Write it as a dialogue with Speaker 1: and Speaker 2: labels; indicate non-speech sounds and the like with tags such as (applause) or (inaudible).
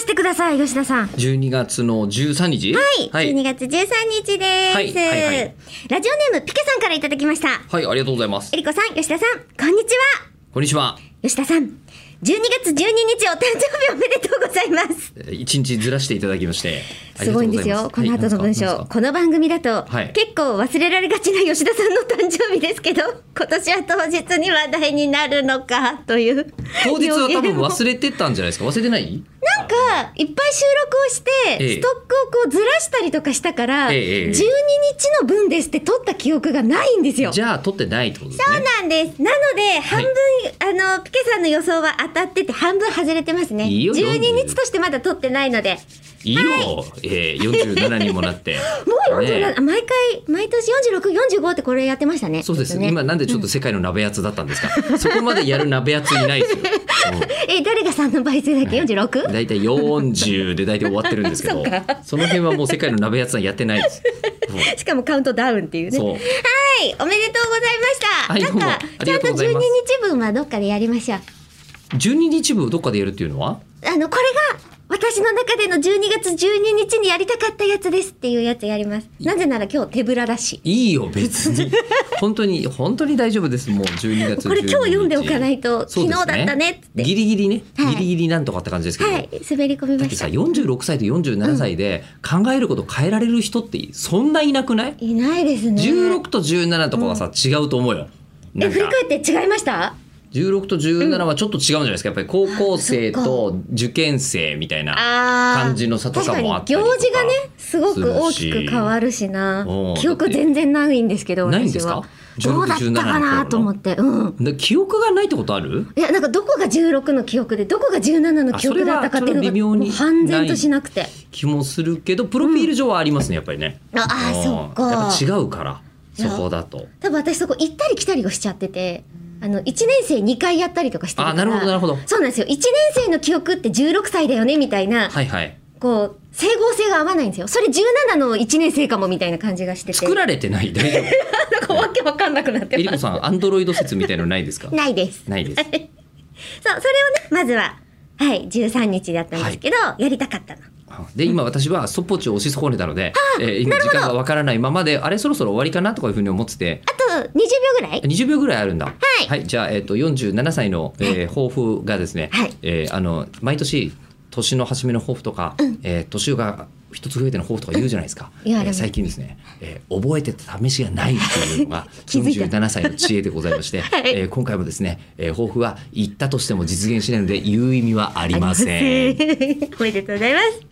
Speaker 1: してください吉田さん
Speaker 2: 12月の13日
Speaker 1: はい、
Speaker 2: はい、
Speaker 1: 12月13日です、
Speaker 2: はいはいはい
Speaker 1: ラジオネームピケさんからいただきました
Speaker 2: はいありがとうございます
Speaker 1: えりこさん吉田さんこんにちは
Speaker 2: こんにちは
Speaker 1: 吉田さん12月12日お誕生日おめでとうございます
Speaker 2: えー一日ずらしていただきましてあ
Speaker 1: す
Speaker 2: りが
Speaker 1: ご
Speaker 2: と
Speaker 1: いん
Speaker 2: う
Speaker 1: で
Speaker 2: ざ
Speaker 1: すよ
Speaker 2: ま
Speaker 1: この後の文章、
Speaker 2: はいなんですか
Speaker 1: この番組だと、
Speaker 2: はい
Speaker 1: 結構忘れられがちな吉田さんの誕生日ですけど今年は当日に話題になるのかという
Speaker 2: 当日は多分
Speaker 1: 表現を
Speaker 2: 忘れてたんじゃないですか忘れてない
Speaker 1: なんかいっぱい収録をして、
Speaker 2: ええ
Speaker 1: ストックをこうずらしたりとかしたから、
Speaker 2: ええええ
Speaker 1: 12日の分ですって取った記憶がないんですよ。
Speaker 2: じゃあ取ってないってことですね
Speaker 1: そうなんです。なので、半分、あの、ピケさんの予想は当たってて、半分外れてますね。
Speaker 2: いいよ
Speaker 1: 12
Speaker 2: 40
Speaker 1: 日としてまだ取ってないので、
Speaker 2: いいよ、えー、47にもなって
Speaker 1: もう47、
Speaker 2: ね
Speaker 1: あ毎回、毎年46、45ってこれやってましたね。
Speaker 2: そうです
Speaker 1: ずっとね
Speaker 2: 今なんでちょっと世界の鍋やつだったんですか、そこまでやる鍋やついないです
Speaker 1: (laughs)
Speaker 2: よ、
Speaker 1: え、誰が3の倍数だっけ 46?
Speaker 2: うん、大体40で大体終わってるんですけ
Speaker 1: そ
Speaker 2: ど
Speaker 1: うか
Speaker 2: その辺はもう世界の鍋やつはやってないです、
Speaker 1: しかもカウントダウンっていう
Speaker 2: うん
Speaker 1: ね。
Speaker 2: そう
Speaker 1: はい、おめでとうございま
Speaker 2: はい
Speaker 1: し
Speaker 2: ど
Speaker 1: た。
Speaker 2: うも
Speaker 1: なんか
Speaker 2: あ、
Speaker 1: ち
Speaker 2: り
Speaker 1: ゃ
Speaker 2: が
Speaker 1: んと
Speaker 2: とうござ
Speaker 1: 12
Speaker 2: います
Speaker 1: 日分はどっかでやりましょう。
Speaker 2: 12日分どっかでやるっていうのは
Speaker 1: あの、これが、私の中での12月12日にやりたかったやつですっていうやつやります。なぜなら今日手ぶらだし。
Speaker 2: いいよ別
Speaker 1: (laughs)
Speaker 2: に本当に本当に大丈夫ですもう12月12日
Speaker 1: これ今日読んでおかないと、
Speaker 2: そ
Speaker 1: 昨日
Speaker 2: うです
Speaker 1: だったねっつって。
Speaker 2: ギリギリね、
Speaker 1: はい
Speaker 2: ギリギリなんとかって感じですけど、
Speaker 1: はい、滑り込み
Speaker 2: だ
Speaker 1: ま
Speaker 2: って
Speaker 1: し
Speaker 2: さ
Speaker 1: た。
Speaker 2: 46歳と47歳で考えること変えられる人ってそんないなくない
Speaker 1: いないですね。
Speaker 2: 16と17とかはさ、違うと思うよな
Speaker 1: え、
Speaker 2: ん
Speaker 1: 振り
Speaker 2: か
Speaker 1: 返って違いました
Speaker 2: 16と17はちょっと違うんじゃないですかやっぱり高校生
Speaker 1: あそ
Speaker 2: と受験生みたいな
Speaker 1: あー
Speaker 2: 感じの差とかもあったりと
Speaker 1: 確
Speaker 2: か
Speaker 1: かに行事がね、すごく大きく変わるしな
Speaker 2: うん。
Speaker 1: 記憶全然ないんですけど、
Speaker 2: ないんで
Speaker 1: 私
Speaker 2: すか
Speaker 1: は。どうだったかなと思って。うん。
Speaker 2: で記憶がないってことある
Speaker 1: いや、なんかどこが16の記憶で、どこが17の記憶だったかっていう
Speaker 2: あそれはそれは微
Speaker 1: の
Speaker 2: 妙
Speaker 1: が、
Speaker 2: に
Speaker 1: もう半然としなくて。
Speaker 2: 気もするけどプロフィール上はありますねやっぱりね、
Speaker 1: ああ
Speaker 2: うん
Speaker 1: ー、そっか。
Speaker 2: やっぱ違うから
Speaker 1: い
Speaker 2: そ
Speaker 1: や
Speaker 2: こだと
Speaker 1: 多分私そこ行ったり来たりをしちゃってて。あの1年生2回やったりとかしてるから
Speaker 2: あなるほどなるほど
Speaker 1: そうなんですよ1年生の記憶って16歳だよねみたいな、
Speaker 2: はいはい
Speaker 1: こう整合性が合わないんですよそれ17の1年生かもみたいな感じが
Speaker 2: (laughs)
Speaker 1: してて
Speaker 2: 作られてない大丈夫
Speaker 1: なんかわけわかんなくなっ
Speaker 2: え
Speaker 1: て
Speaker 2: り
Speaker 1: ま
Speaker 2: こ
Speaker 1: す
Speaker 2: さんアンドロイド説みたいのないです (laughs) か
Speaker 1: ないです
Speaker 2: ないです
Speaker 1: はいそうそれをねまずははい13日だったんですけど、やりたかったの
Speaker 2: で今私はストップウォッチを押し損ねたので、えー今時間がわからないままであれそろそろ終わりかなとかいうふうに思ってて
Speaker 1: あと20秒ぐらい
Speaker 2: 20秒ぐらいあるんだはいじゃあ、えっと47歳の、えー抱負がですね、
Speaker 1: はい
Speaker 2: えーあの毎年年の初めの抱負とか、えー年が一つ増えての抱負とか言うじゃないですか、
Speaker 1: 言われます
Speaker 2: えー最近ですね、えー覚えてた試しがないっていう (laughs) のが
Speaker 1: 気づいた
Speaker 2: 47歳の知恵でございま (laughs) して、
Speaker 1: はい
Speaker 2: えー今回もですね、えー抱負は言ったとしても実現しないので言う意味はありません。
Speaker 1: ありません (laughs) おめでとうございます